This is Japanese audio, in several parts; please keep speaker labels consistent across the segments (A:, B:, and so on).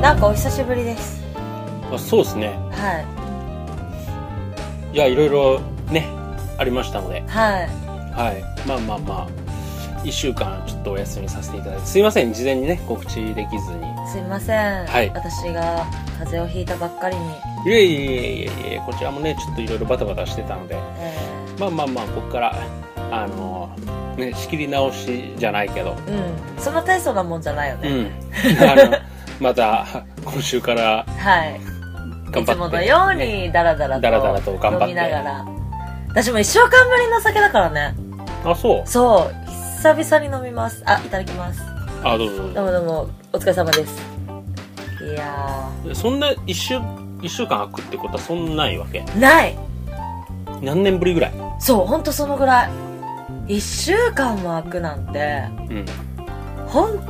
A: なんかお久しぶりです
B: あそうですね
A: はい
B: いやいろいろねありましたので
A: はい
B: はいまあまあまあ1週間ちょっとお休みさせていただいてすいません事前にね告知できずに
A: すいません、
B: はい
A: 私が風邪をひいたばっかりに、
B: いえいえいえいえこちらもねちょっといろいろバタバタしてたので
A: え
B: まあまあまあここからあのね仕切り直しじゃないけど
A: ーうんそんな大層なもんじゃないよ
B: う
A: ね、
B: ん あのまた今週から
A: はい
B: 頑張って
A: いつものようにダラダラと
B: ダラダラと頑張って
A: 飲みながら私も一週間ぶりの酒だからね
B: あそう
A: そう久々に飲みますあいただきます
B: あどうぞどう
A: どうも
B: ぞ
A: どうもお疲れ様ですいや
B: そんな1週一週間空くってことはそんなないわけ
A: ーない
B: 何年ぶりぐらい
A: そうほんとそのぐらい一週間も空くなんて
B: うん
A: ほん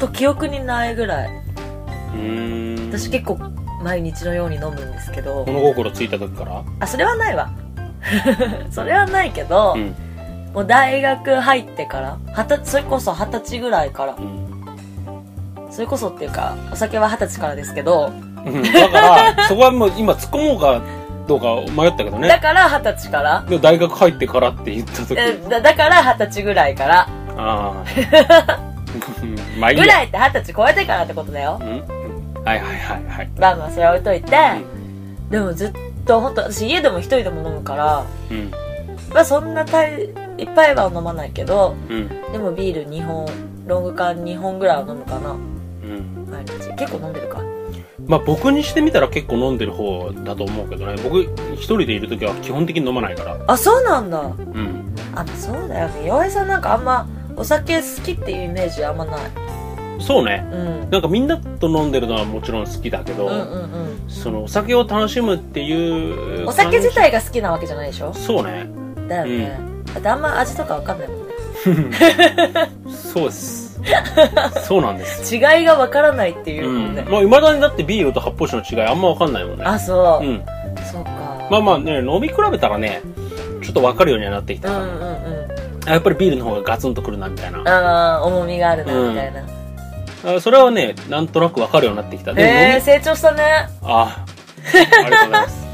A: と記憶にないぐらいう
B: ーん
A: 私結構毎日のように飲むんですけど
B: 物心ついた時から
A: あそれはないわ それはないけど、
B: うん
A: もう大学入ってから二十歳それこそ二十歳ぐらいから
B: うん
A: それこそっていうかお酒は二十歳からですけど、
B: うん だからそこはもう今突っ込もうかどうか迷ったけど
A: だ
B: ね
A: から二十歳から
B: でも大学入ってからって言った時
A: えだだから二十歳ぐらいから
B: あ あうんまあいい
A: ぐ
B: や
A: らいって二十歳超えてからってことだよ
B: うんうんはいはいはいはい
A: まあまあそれは置いといて、でもずっと本当私家でも一人でも飲むから
B: うん
A: まあそんな大いっぱいは飲まないけど
B: うん
A: でもビール2本ロング缶2本ぐらいは飲むかな
B: うん
A: 毎日結構飲んでるか
B: まあ僕にしてみたら結構飲んでる方だと思うけどね僕一人でいる時は基本的に飲まないから
A: あそうなんだ
B: うん
A: あそうだよね岩井さんなんかあんまお酒好きっていうイメージあんまない
B: そうね
A: うん
B: なんかみんなと飲んでるのはもちろん好きだけど、
A: うんうんうん
B: そのお酒を楽しむっていう
A: お酒自
B: 感
A: 体が好きなわけじゃないでしょ
B: じそうね
A: だよね、だってあんま味とかわかんないもんね
B: そうですそうなんです
A: 違いがわからないっていうもんね、
B: まあ、未だにだってビールと発泡酒の違いあんま分かんないもんね
A: あそう、
B: うん
A: そうか
B: まあまあね飲み比べたらねちょっと分かるようにはなってき
A: う
B: た、
A: んうんうん
B: あやっぱりビールの方がガツンとくるなみたいな
A: ああ重みがあるなみたいな、
B: あそれはねなんとなく分かるようになってきたでも飲み、
A: へえ成長したね
B: あありがとうございます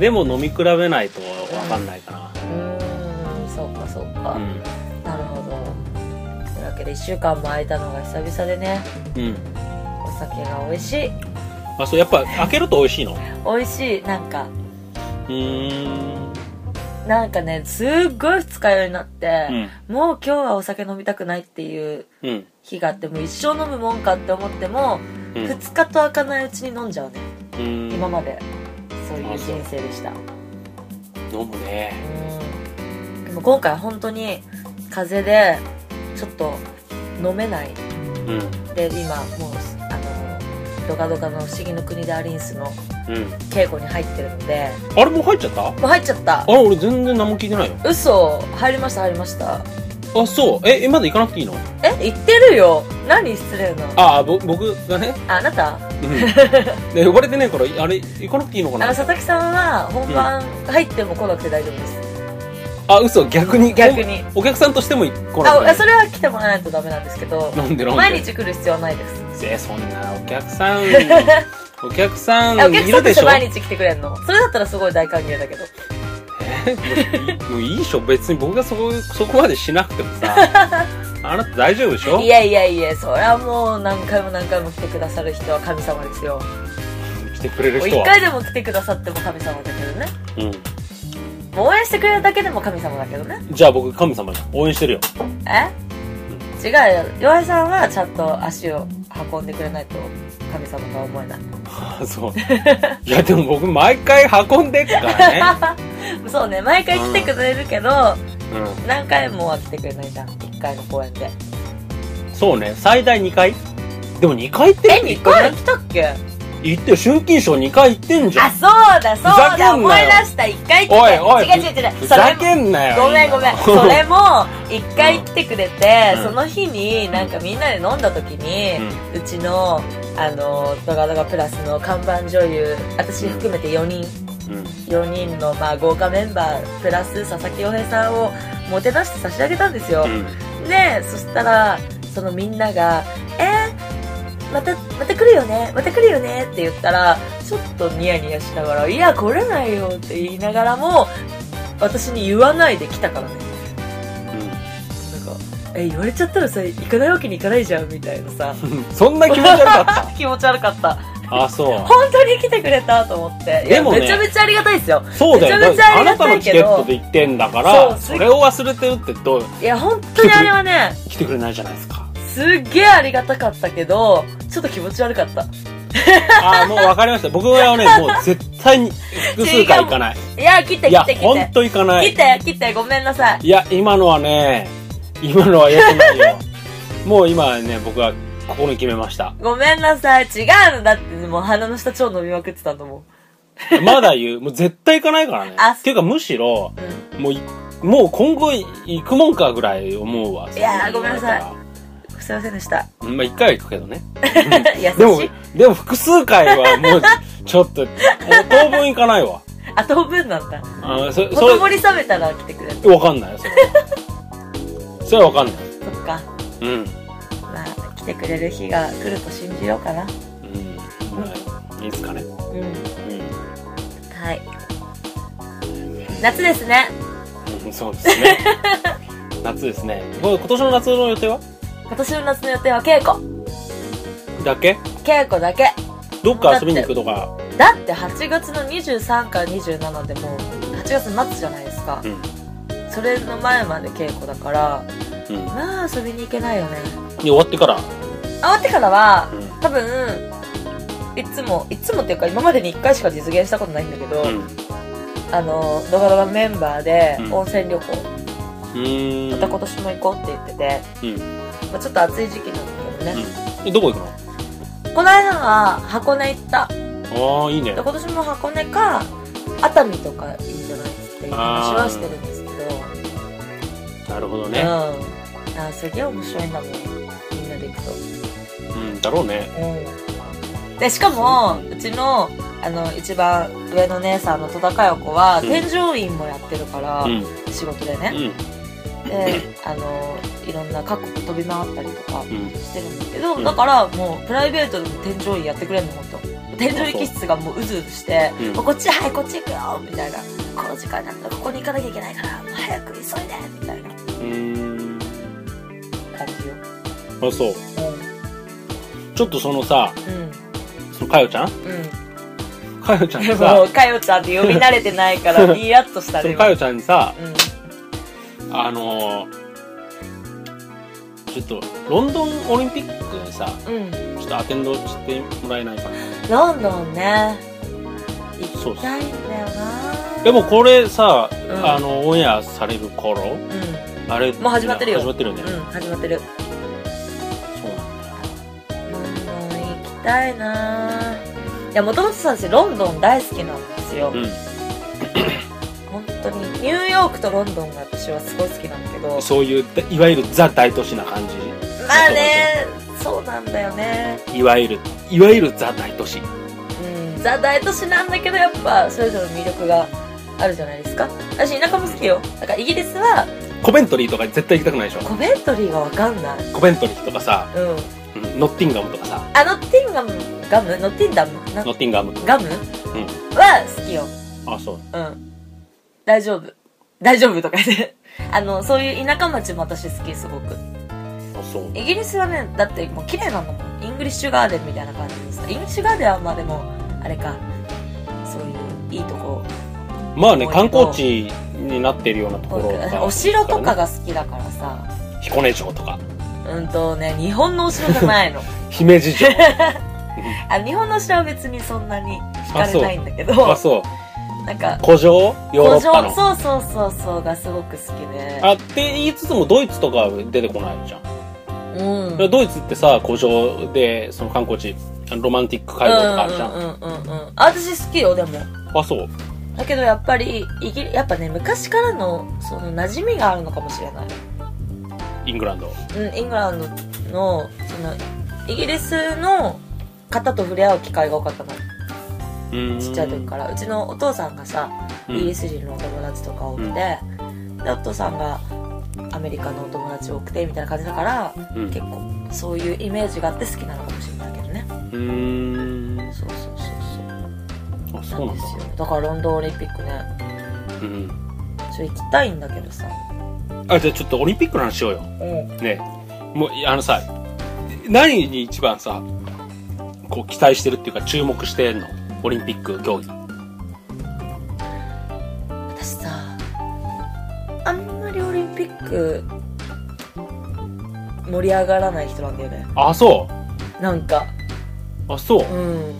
B: でも飲み比べないと分かんないか
A: うーんそうかそう
B: な
A: か、
B: うん
A: なるほどというわけで1週間も空いたのが久々でね
B: うん
A: お酒が美味しい
B: あそうやっぱ開けると美味しいのう
A: 美味しいなんか
B: ーん
A: なんかねすっごい二日酔いになって、もう今日はお酒飲みたくないっていう
B: うんうん
A: 日があってもう一生飲むもんかって思っても、
B: うん
A: 二日と開かないうちに飲んじゃうね、
B: うん
A: 今までそういう
B: あそう
A: 人生でした
B: 飲むね
A: うんでも今回本当に風邪でちょっと飲めない
B: うん
A: で今もうあのドカドカの「不思議の国でアリンス」の
B: うん
A: 稽古に入ってるので
B: あれもう入っちゃったあ
A: もう入っちゃった
B: れ俺全然何も聞いてないよ
A: 嘘入りました入りました
B: あそうええまだ行かなくていいの
A: え言ってるよ何失礼な
B: ああぼ僕がね、
A: ああなた
B: うん、で呼ばれてないからあれ行かなくていいのか
A: あの
B: な
A: 佐々木さんは本番入っても来なくて大丈夫です、
B: あ嘘逆に
A: 逆に
B: おお客さんとしても来なく
A: あ
B: て
A: それは来てもらわないとダメなんですけど
B: 飲んで飲んで
A: 毎日来る必要はないです
B: えそんなお客さ んお客さ
A: えお
B: ん
A: 客
B: い
A: さ
B: る
A: んと
B: で
A: し
B: してょ
A: 毎日来てくれんのそれだったらすごい大歓迎だけど
B: もういいでしょ別に僕がそこそこまでしなくてもさ あなた大丈夫でしょ
A: いやいやいやそりゃもう何回も何回も来てくださる人は神様ですよ
B: 来てくれる
A: もう
B: 人
A: 一
B: は
A: 回でも来てくださっても神様だけどね
B: う
A: もう応援してくれるだけでも神様だけどね
B: ん、じゃあ僕神様じゃん応援してるよ
A: え違うよ岩井さんはちゃんと足を運んでくれないと神様とは思えない
B: あそう いやでも僕毎回運んでっからね、
A: そうね毎回来てくれるけど
B: う
A: 何回もは来てくれないじゃん1回の公演で
B: ん、そうね最大2回でも2回行って
A: え
B: る
A: 二2回来たっけ
B: 行ってる春金賞2回行ってんじゃ
A: あ
B: ん
A: そうだそう
B: ふざけ
A: だ
B: ん
A: 思い
B: な
A: 出
B: よ
A: した1回来て
B: おいおい
A: 違う違う違う
B: ふ
A: それ
B: ざ
A: も
B: けんなよ
A: ごめんごめん。それも、一回来てくれて、
B: うん
A: その日に、なんかみんなで飲んだ時に、うちの、あの、ドガドガプラスの看板女優、私含めて4人、
B: うん、うん
A: 4人の、まあ、豪華メンバー、プラス佐々木洋平さんを、もてなして差し上げたんですよ。
B: うん
A: で、そしたら、そのみんなが、えまたまた来るよねまた来るよねって言ったらちょっとニヤニヤしながら「いや来れないよ」って言いながらも私に言わないで来たからねなんか「え言われちゃったらさ行かないわけにいかないじゃん」みたいなさ
B: うん、そん な気持ち悪か っ
A: 気持ち悪かった
B: たあそう
A: 本当に来てくれたと思っていや
B: でもね
A: めちゃめちゃありがたいですよ
B: そうだよ
A: めちゃめちゃあ
B: あ
A: りが
B: なた
A: たい
B: の
A: け
B: チ
A: ど
B: ケットで行ってんだから
A: そ
B: そうれを忘れてるってどう
A: いや本当にあれはね
B: 来てくれないじゃないで すか
A: すっげえありがたかったけどちょっと気持ち悪かった
B: ああもう分かりました僕はねもう絶対に複数回行かない
A: いや来て
B: いや
A: 来て来
B: ほん
A: て
B: と行かな
A: 来
B: い
A: て来てごめんなさい
B: いや今のはね今のは良くな いよもう今はね僕はここに決めました
A: ごめんなさい違うのだってもう鼻の下超飲みまくってたと思
B: まだ言うもう絶対行かないからね
A: あ
B: っていうかむしろ
A: う、うん、
B: もういもう今後行くもんかぐらい思うわ
A: いやー
B: そ言われたら
A: すいませんでした
B: うんまあ一回は行くけどね
A: 優
B: でも
A: しい、
B: でも複数回はも う、ちょっと、当分いかないわ。
A: あ当分なんだ
B: あーそ
A: ほ
B: そ
A: とぼり冷めたら来てくれる
B: れ、わかんないよ、 それは。それはわかんない。
A: そっか
B: うん。
A: まあ来てくれる日が来ると信じようかな
B: うん。まあいいですかね。
A: うん
B: う
A: はい夏ですね
B: ん。うん、そうです ね。夏ですね。これ今年の夏の予定は
A: 今年の夏の予定は稽古
B: だけ
A: 稽古だけ
B: どっか遊びに行くとか。
A: だって8月の23から27でもう8月末じゃないですか
B: う、ん。
A: それの前まで稽古だから
B: うん。で、
A: まあ遊びに行けないよね
B: 終わってから。
A: あ終わってからは
B: うん。
A: 多分いつもいつもっていうか今までに1回しか実現したことないんだけど、
B: うん。
A: あのドバドバメンバーで
B: うん
A: 温泉旅行、
B: うーん。
A: また今年も行こうって言ってて、
B: うん。
A: まあ、ちょっと暑い時期なんだけどね、
B: え、どこ行く
A: この間は箱根行った
B: のああ、いいね
A: で。今年も箱根か熱海とかいいんじゃないっていう話はしてるんですけど
B: なるほど
A: うん
B: ね。
A: あーすげえ面白いんだもんみんなで行くと
B: うん、だろうね。
A: うんでしかもうちのあの一番上の姉さんの戸田佳代子は、
B: うん
A: 添乗員もやってるから、
B: うん。
A: 仕事で
B: う
A: ね、
B: ん。
A: であのいろんな各国飛び回ったりとか
B: うん。
A: してるんだけど、
B: うん
A: だからもうプライベートでも添乗員やってくれんのほんと添乗員気質がもううずうずして、
B: うん
A: もうこっちはいこっち行くよみたいなこの時間になったらここに行かなきゃいけないからもう早く急いでみたいな
B: うーん。
A: 感じよ
B: あそうちょっとそのさ
A: うん
B: そのかよちゃん
A: うんうん
B: かよちゃんに
A: も
B: さ
A: うかよちゃんって呼び慣れてないからニヤッとした
B: そ
A: ね
B: のか
A: 今
B: よちゃんにさ
A: うん
B: あのー、ちょっとロンドンオリンピックにさ
A: うん
B: ちょっとアテンドしてもらえないかな
A: ロンドンね
B: そ
A: 行
B: うっ
A: き
B: す
A: たいんだよな
B: でもこれさ、
A: ん
B: あのオンエアされる
A: う
B: 頃あれ
A: もう始まってるよ
B: 始まってるよね、
A: ん、うん、始まってる
B: そうなんだよ
A: ロンドン行きたいないやもともとさ私ロンドン大好きなんですよ、本当にニューヨークとロンドンが私はすごい好きなんだけ
B: う
A: ど
B: んそういういわゆるザ大都市な感
A: まあねそうなんだよね
B: じいわゆるいわゆるザ大都市
A: うんザ大都市なんだけどやっぱそれぞれの魅力があるじゃないですか私田舎も好きよだからイギリスは
B: コベントリーとか絶対行きたくないでしょ
A: コメントリーがわかんない
B: コベントリーとかさ、
A: うん
B: うんノッティンガムとかさ
A: あのティンガムガムのティンダムな
B: ノッティンガム
A: ガム、は好きよ
B: あそう
A: うん大丈夫大丈夫とか言ってあのそういう田舎町も私好きすごく
B: あそう
A: イギリスはねだってもう綺麗なのもんイングリッシュガーデンみたいな感じでさイングリッシュガーデンはまあでもあれかそういういいとこ
B: まあね
A: もう
B: 観光地になってるようなところとか
A: お城とかが好きだからさ
B: 彦根城とか
A: うんとね日本のお城じゃ ないの
B: 姫路 城
A: あ日本のお城は別にそんなに惹か
B: あそ
A: れ
B: う
A: ないんだけど
B: あそう
A: なんか
B: 古城ヨーロッパの
A: そうそうそうそうがすごく好きで
B: あって言いつつもドイツとかは出てこないじゃん、
A: うん
B: ドイツってさ古城でその観光地あのロマンティック街道とかあるじゃん、
A: うんうんうんうんうんあ私好きよでも
B: あそう
A: だけどやっぱりイギリやっぱね昔からのその馴染みがあるのかもしれない
B: イングランド
A: うん、イングランドのそのイギリスの方と触れ合う機会が多かったのちっちゃい時からうちのお父さんがさイギリス人のお友達とか多くて、
B: うん
A: でお父さんがアメリカのお友達多くてみたいな感じだから
B: うんうん
A: 結構そういうイメージがあって好きなのかもしれないけど
B: うーん
A: そうそうそう
B: あ
A: そ
B: そうう
A: な
B: なん
A: で
B: んだ
A: すよだからロンドンオリンピックね
B: うん
A: ちょ行きたいんだけどさ
B: あじゃあちょっとオリンピックの話しようよ
A: うん
B: ねもういあのさ何に一番さこう期待してるっていうか注目してんのオリンピック競技
A: 私さあんまりオリンピック盛り上がらない人なんだよね
B: あそう
A: なんか
B: あそう
A: うん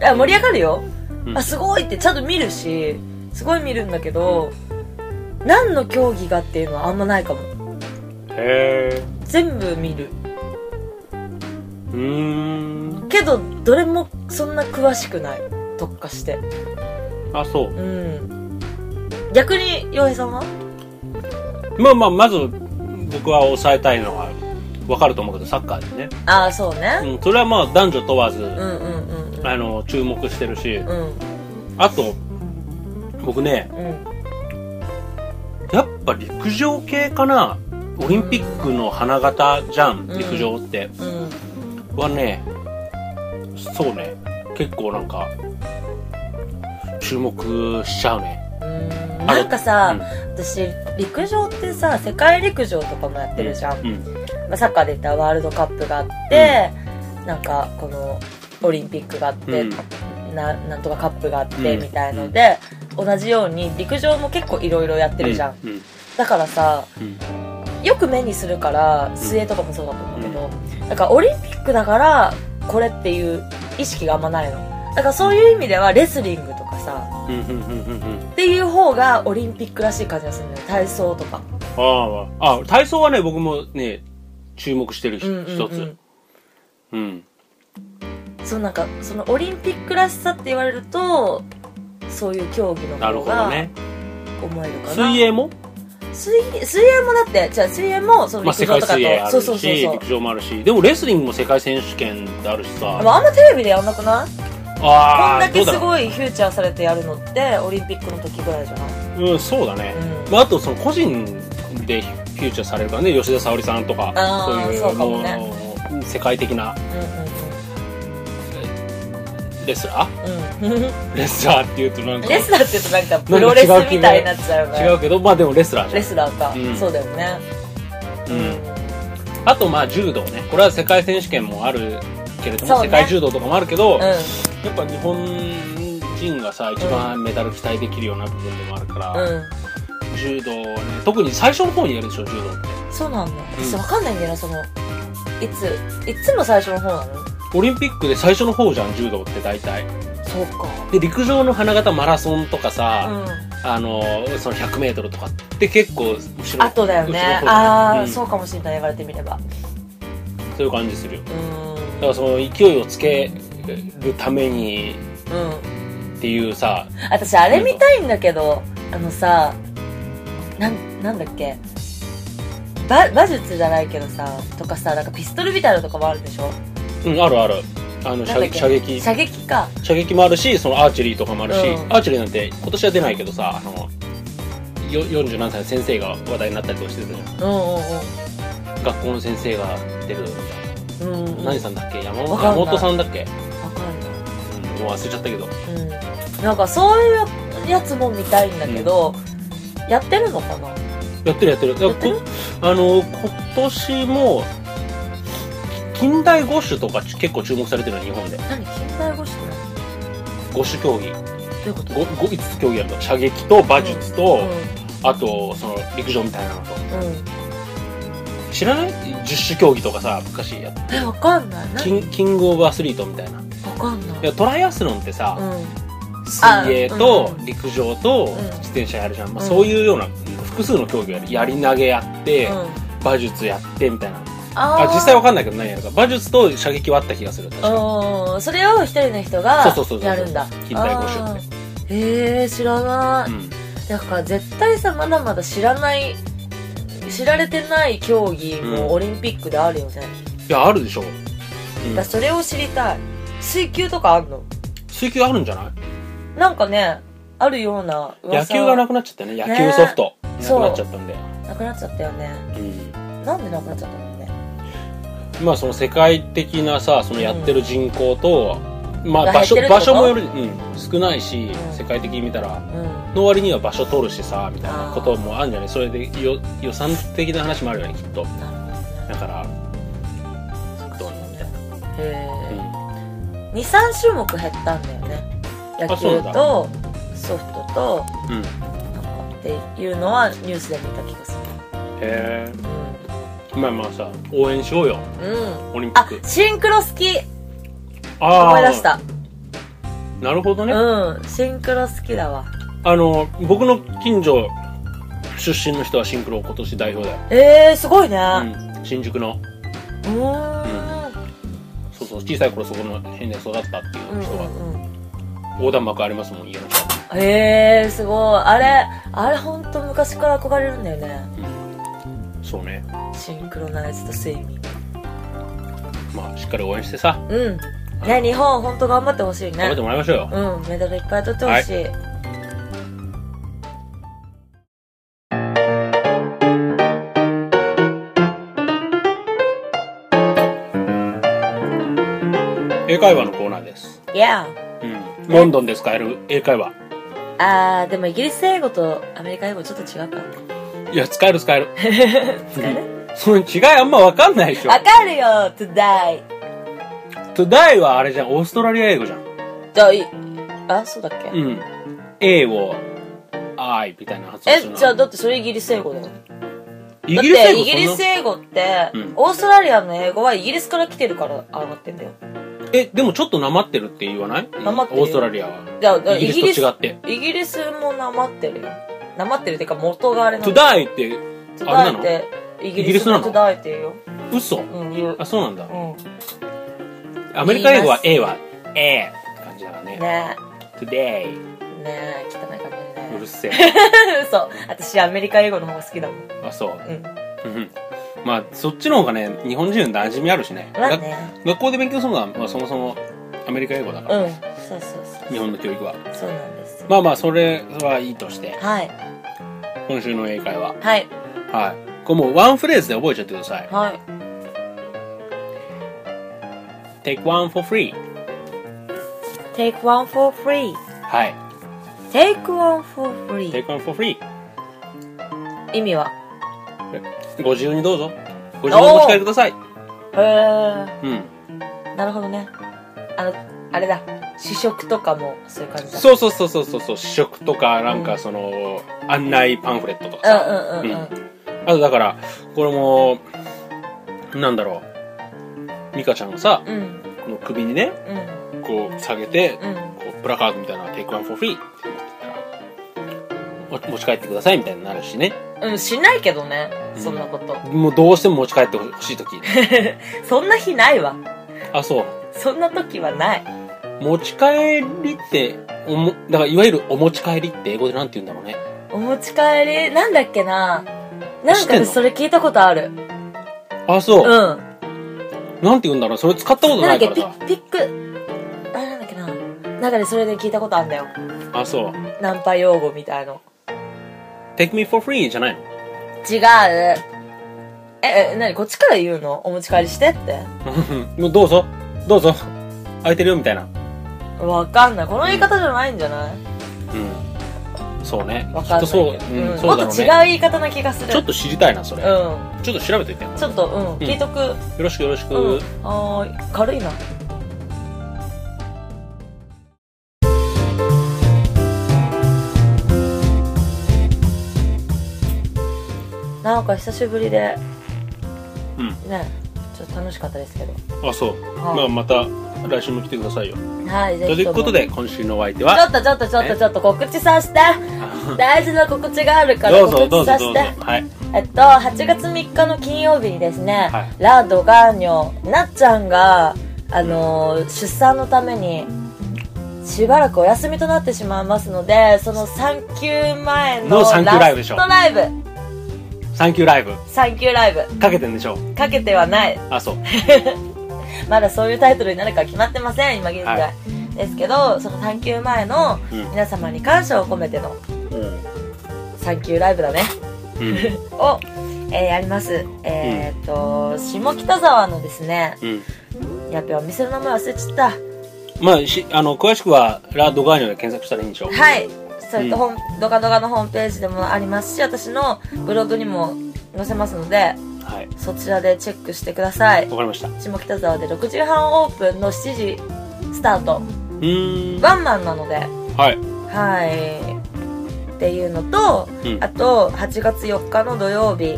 A: いや盛り上がるよ、
B: うん
A: あすごいってちゃんと見るしすごい見るんだけど、何の競技がっていうのはあんまないかも
B: へえ
A: 全部見る
B: うーん
A: けどどれもそんな詳しくない特化して
B: あそう
A: うん逆に洋平さんは
B: まあまあまず僕は抑えたいのは分かると思うけどサッカーですね、
A: ああそうね、
B: うん、それはまあ男女問わず、
A: うん、うんうんうん
B: あの注目してるし
A: うん
B: あと僕ね
A: うん
B: やっぱ陸上系かなオリンピックの花形じゃん
A: うん
B: 陸上って、
A: うん
B: はねそうね結構なんか注目しちゃうね
A: うん
B: あれ
A: なんかさ、
B: うん
A: 私陸上ってさ世界陸上とかもやってるじゃん、
B: うん
A: まあ、サッカーで言ったらワールドカップがあって、なんかこのオリンピックがあって、
B: うん
A: ななんとかカップがあっ
B: う
A: て
B: ん
A: みたいので、同じように陸上も結構いろいろやってるじゃん、
B: うん
A: だからさ
B: うん
A: よく目にするから水泳とかもそうだと思うけど、なんかオリンピックだからこれっていう意識があんまないのだからそういう意味ではレスリングとかさ
B: うんうんうんうんうん
A: っていう方がオリンピックらしい感じがするんだよね体操とか
B: あああ体操はね僕もね注目してるひ
A: うんうんうん
B: 一つうん
A: そうなんかそのオリンピックらしさって言われるとそういう競技の
B: なる
A: 方
B: ほど
A: が
B: ね
A: 思えるかな、
B: 水泳も、
A: 水泳水泳もだってじゃあ水泳もその
B: まあ、
A: 陸
B: 世
A: 上
B: 界
A: とかと、
B: 水泳あ
A: そう
B: る
A: そうそう
B: し
A: そう
B: 陸上もあるしでもレスリングも世界選手権ってあるし
A: でも
B: さ
A: あんまテレビでやんなくないこん
B: あ
A: だ
B: あど
A: け
B: うだ
A: す
B: ろ、
A: ごいフューチャーされてやるのってオリンピックの時ぐらいじゃないう
B: うん、そうだね、
A: うん
B: まあ、あとその個人でフューチャーされるからね吉田沙保里さんとか
A: あ
B: そう
A: ー
B: いう
A: そうかもね
B: もう世界的なレスラー
A: うんうんうんうん
B: レスラーっていうとなんか
A: レスラーって言うとなんかプロレスみたいになっちゃうよ
B: 違
A: ね
B: うけどまあでもレスラーじゃ
A: レ
B: ん
A: スラーか、
B: うん
A: そうだよね
B: うん、あとまあ柔道ねこれは世界選手権もあるけれども、
A: そうね
B: 世界柔道とかもあるけど、
A: うん
B: やっぱ日本人がさ一番メダル期待できるような部分でもあるから、
A: うん、
B: 柔道はね特に最初の方にやるでしょ柔道って
A: そうなんだ
B: うん
A: 私わかんないんだよなそのいついつも最初の方なの
B: オリンピックで最初の方じゃん柔道って大体
A: そうか
B: で陸上の花形マラソンとか
A: う
B: さ、
A: ん
B: あのその 100m とかって結構後ろ
A: あとだよね
B: 後ろの方じゃん
A: ああ、
B: うん
A: そうかもしれない言われてみれば
B: そういう感じするよ
A: う
B: だから
A: ん
B: その勢いをつけるために
A: うん
B: っていうさ
A: 私あれ見たいんだけどあのさなんなんだっけば馬術じゃないけどさとかさなんかピストルみたいなのとかもあるでしょ
B: うんあるあるあの
A: なん
B: 射
A: だっけ
B: 撃射撃
A: 射撃か
B: 射撃もあるしそのアーチェリーとかもあるし、
A: うん
B: アーチェリーなんて今年は出ないけどさあのよ40何歳の先生が話題になったりとかしてたじゃ
A: うん
B: ん学校の先生が出る、
A: うんうんうんうん
B: 何さんだっけ山
A: わ
B: 本
A: かんない
B: 山本さんだっけ、
A: わかん
B: うんもう忘れちゃったけど
A: ないうんなんかそういうやつも見たいんだけど、やってるのかな
B: やってるやってるだから
A: や
B: こあの今年も近代五種とかち結構注目されてるの日本で
A: 何近代五種って何
B: 五種競技
A: どういうこと
B: ごご5つ競技あるの射撃と馬術と、
A: う
B: あとその陸上みたいなのと
A: んうん
B: 知らない10種競技とかさ昔やっ
A: えわかんない
B: キンキングオブアスリートみたいな
A: わかんない
B: やトライアスロンって
A: う
B: さ、
A: ん
B: 水泳と
A: あうん
B: 陸上と
A: ん
B: 自転車やるじゃん、まあ、
A: うん
B: そういうような複数の競技をやるやり投げやって、
A: うん
B: 馬術やってみたいな
A: あ
B: あ
A: ー
B: 実際わかんないけど何やるか馬術と射撃はあった気がする確か
A: うんそれを一人の人が
B: そうそうそうそう
A: やるんだ
B: 近代五種って
A: あーへえ知らない、
B: うん
A: なんか絶対さまだまだ知らない知られてない競技
B: うん
A: もオリンピックであるよね、
B: いやあるでしょ、う
A: だ
B: ん
A: からそれを知りたい水球とかあんの
B: 水球あるんじゃない
A: なんかねあるような
B: 野
A: 噂
B: 球がなくなっちゃったね野球ソフト、
A: ね
B: なくなっちゃったんで
A: なくなっちゃったよね
B: うん
A: なんでなくなっちゃったのね
B: まあその世界的なさそのやってる人口と、まあ
A: が
B: 場所
A: 減ってるってこと
B: 場所もより、うん、少ないし、
A: うん
B: 世界的に見たら
A: うん
B: の割には場所取るしさみたいなこともあるんじゃないそれで予予算的な話もあるよねきっと
A: なる
B: だからどうなのみたいな、
A: ほどへえ
B: うん
A: 23種目減ったんだよね野
B: あそ
A: 球
B: うなんだ
A: とソフトと
B: うん、
A: な
B: へ
A: んかっていうのはニュースで見た気がする
B: えまあまあさ応援しようよ
A: うん
B: オリンピッ
A: あ
B: ク
A: シンクロ好き
B: あ
A: 思い出した
B: なるほどね、
A: うんシンクロ好きだわ
B: あの僕の近所出身の人はシンクロ今年代表だよ、
A: えー、すごいね
B: うん、新宿の
A: うーん
B: そうそう小さい頃そこの辺で育ったって
A: う
B: い
A: ん
B: う人が、
A: うんうん
B: 横断幕ありますもん家の近く
A: へえー、すごいあれあれ本当昔から憧れるんだよね
B: そうね
A: シンクロナイズド睡眠
B: まあしっかり応援してさ
A: うんね日本本当頑張ってほしいね
B: 食べてもらいましょうよ、
A: うん、メダルいっぱい取ってほしい。
B: 英会話のコーナーです
A: いや、
B: うんロンドンで使える英会話
A: あー、でもイギリス英語とアメリカ英語ちょっと違うか。
B: いや使える使える
A: 使える
B: その違いあんま分かんないでしょ
A: わかるよ、today!
B: Today はあれじゃんオーストラリア英語じゃん
A: じゃあ、いあ、そうだっけ、
B: うん。A を I みたいな発音
A: え
B: する、の
A: じゃあだってそれイギリス英語だよ。
B: イ
A: だっ
B: ギリス英
A: て
B: 語
A: イギリス英語って、
B: うん
A: オーストラリアの英語はイギリスから来てるから上がってんだよ。
B: そんなえ、でもちょっとなまってるって言わない
A: なまってる
B: オーストラリアは。
A: じゃあ、だから
B: イギリスと違って。
A: イギリスもなまってるよ。なまってるっていうか元があれな
B: Today って、あれな
A: っ
B: の
A: て、イギ
B: イギ
A: リ
B: リ
A: ス
B: スな
A: の
B: の
A: today って言うよ。
B: 嘘
A: うん、言う
B: あ、。そうなんだ。
A: う
B: アメリカ英語は
A: 言
B: A は A って感じだから
A: ん。
B: ね。
A: ね
B: Today。
A: え、ねえ、汚い感じね。
B: うるせ え。
A: 嘘私アメリカ英語の方が好きだもん
B: あ、そう。
A: うん
B: うんまあ、そっちの方がね、日本人の馴染みあるしね。
A: まあ
B: が
A: ね
B: 学校で勉強するのは、まあ、そもそもアメリカ英語だから。
A: うんそうそう
B: 日本の教育は。
A: そうそうなんですよ
B: まあまあ、それはいいとして、
A: はい
B: 今週の英会話。
A: はい
B: はい。これもうワンフレーズで覚えちゃってください。
A: はい
B: take one for free.
A: Take one for free
B: はい。
A: Take one for free
B: take one for free.
A: 意味は
B: ご自由にどうぞ。ご自由にお持ち帰りください。
A: へえ
B: うん。
A: なるほどねあのあれだ試食とかもそういう感じだ
B: そうそうそうそうそうそう、試食とか、なんかその、案内パンフレットとか
A: うん
B: さ。
A: うんうんうん
B: あとだから、これも、なんだろう。ミカちゃんがさ、
A: うん
B: この首にね、
A: うん
B: こう下げて、
A: うん
B: こうプラカードみたいな、take one for free って言ったら、お持ち帰ってくださいみたいになるしね。
A: うん、うん、しないけどねそんなこと、
B: もうどうしても持ち帰ってほしいとき。
A: そんな日ないわ
B: あ、そう。
A: そんな時はない
B: 持ち帰りっておもだからいわゆるお持ち帰りって英語でなんて言うんだろうね
A: お持ち帰りなんだっけなな
B: 知
A: ん
B: って
A: か
B: ん
A: ね
B: の
A: それ聞いたことある
B: あそう、
A: うん
B: なんて言うんだろうそれ使ったこと
A: な
B: なんい
A: だ
B: か
A: っけ
B: ら
A: ピ
B: さ
A: ッピックあなんだっけななんかねそれで聞いたことあるんだよ
B: あそう
A: ナンパ用語みたいの
B: Take me for free じゃないの
A: 違うええ何こっちから言うのお持ち帰りしてって
B: もう どうぞどうぞ空いてるよみたいな
A: わかんないこの言い方じゃないんじゃない
B: うんそうね
A: わかんない
B: きっと
A: け
B: そ
A: ど、
B: う、うん
A: うん
B: そ
A: も
B: う
A: っ
B: だ
A: と違
B: ろう
A: う
B: ね
A: 言い方な気がする
B: ちょっと知りたいなそれ、
A: うん
B: ちょっと調べといてよ
A: ちょっとうん、聞いとく
B: ろしくよろしく、
A: うんあー軽いななんか久しぶりで
B: うん
A: ねちょっと楽しかったですけど
B: あそう
A: はい
B: まあまた来週も来てくださいよ
A: はいぜ
B: と
A: ひ
B: いう
A: とも
B: ことで今週のお相手
A: ちょ
B: は
A: っとちょっとちょっとちょっと告知させて大事な告知があるから
B: どうぞ
A: 告
B: どう
A: 知さ
B: ぞど
A: せ
B: うぞ
A: て
B: はい
A: えっと8月3日の金曜日にですね、
B: はい
A: ラードガーニョなっちゃんがあのー出産のためにしばらくお休みとなってしまいますのでその産休前の
B: の産休ライブでしょ
A: ラストライ
B: サンキューライブ
A: ブ産休ライブ
B: かけてんでしょう
A: かけてはない
B: あそう
A: まだそういうタイトルになるか決まってません今現在、
B: は
A: ですけどその産休前の
B: うん
A: 皆様に感謝を込めての
B: うん
A: 産休ライブだね
B: う ん
A: をえー、あります。えーっと、下北沢のですね、
B: うん。
A: やっべ、お店の名前忘れちゃった。
B: まあ、し、あの、詳しくは、ラ・ドガーニョで検索したらいいんでしょう。
A: はい。それと、ほん、ドカドカのホームページでもありますし、私のブログにも載せますので、
B: はい。
A: そちらでチェックしてください。
B: わかりました。う
A: 下北沢で6時半オープンの7時スタート。
B: ーん。
A: ワンマンなので、
B: はい。
A: はい。っていうのと、
B: うん
A: あ。と、8月4日の土曜日、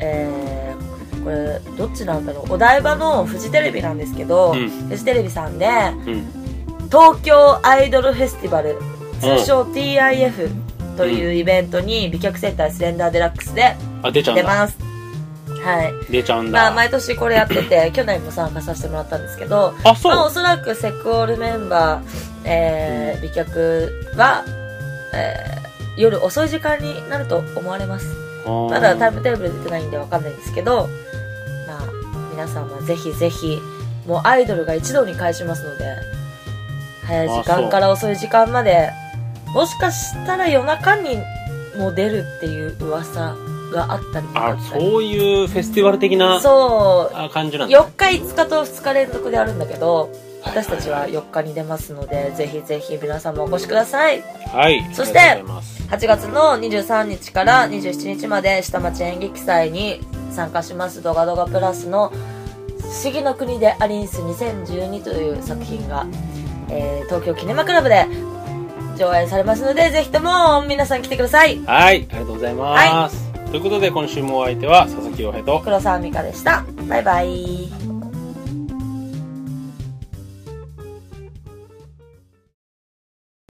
A: えー、これ、どっちなんだろう。お台場のフジテレビなんですけど、
B: うん。
A: フジテレビさんで、
B: うん。
A: 東京アイドルフェスティバル、通称 TIF というイベントに、美脚センタースレンダーデラックスで
B: あ、出ちゃう
A: 出
B: んだ。
A: ます。はい。
B: 出ちゃうん
A: まあ、
B: だ。
A: 毎年これやって て、去年も参加させてもらったんですけど、
B: あ、
A: まあ、
B: そ
A: お
B: う。
A: そらくセクオールメンバー、えー、美脚は、えー、夜遅い時間になると思われます。まだタイムテーブル出てないんでわかんないんですけど、まあ、皆さんはぜひぜひ、もうアイドルが一堂に会しますので、早い時
B: あそ
A: 間
B: う
A: から遅い時間まで、もしかしたら夜中にも出るっていう噂があったりとか
B: あ、そういうフェスティバル的な
A: そう、
B: あ感じなんだ。
A: 4日5日と2日連続であるんだけど
B: はい
A: 私たちは4日に出ますのでぜひぜひ皆さんもお越しください
B: はい。
A: そして
B: ありがとうございます
A: 8月の23日から27日まで下町演劇祭に参加します「ドガドガプラス」の「不思議の国でアリンス2012」という作品が、えー東京キネマクラブで上演されますのでぜひとも皆さん来てください
B: はい。ありがとうございます。ということで、今週もお相手は、佐々木洋平と、
A: 黒沢美香でしたバイバイ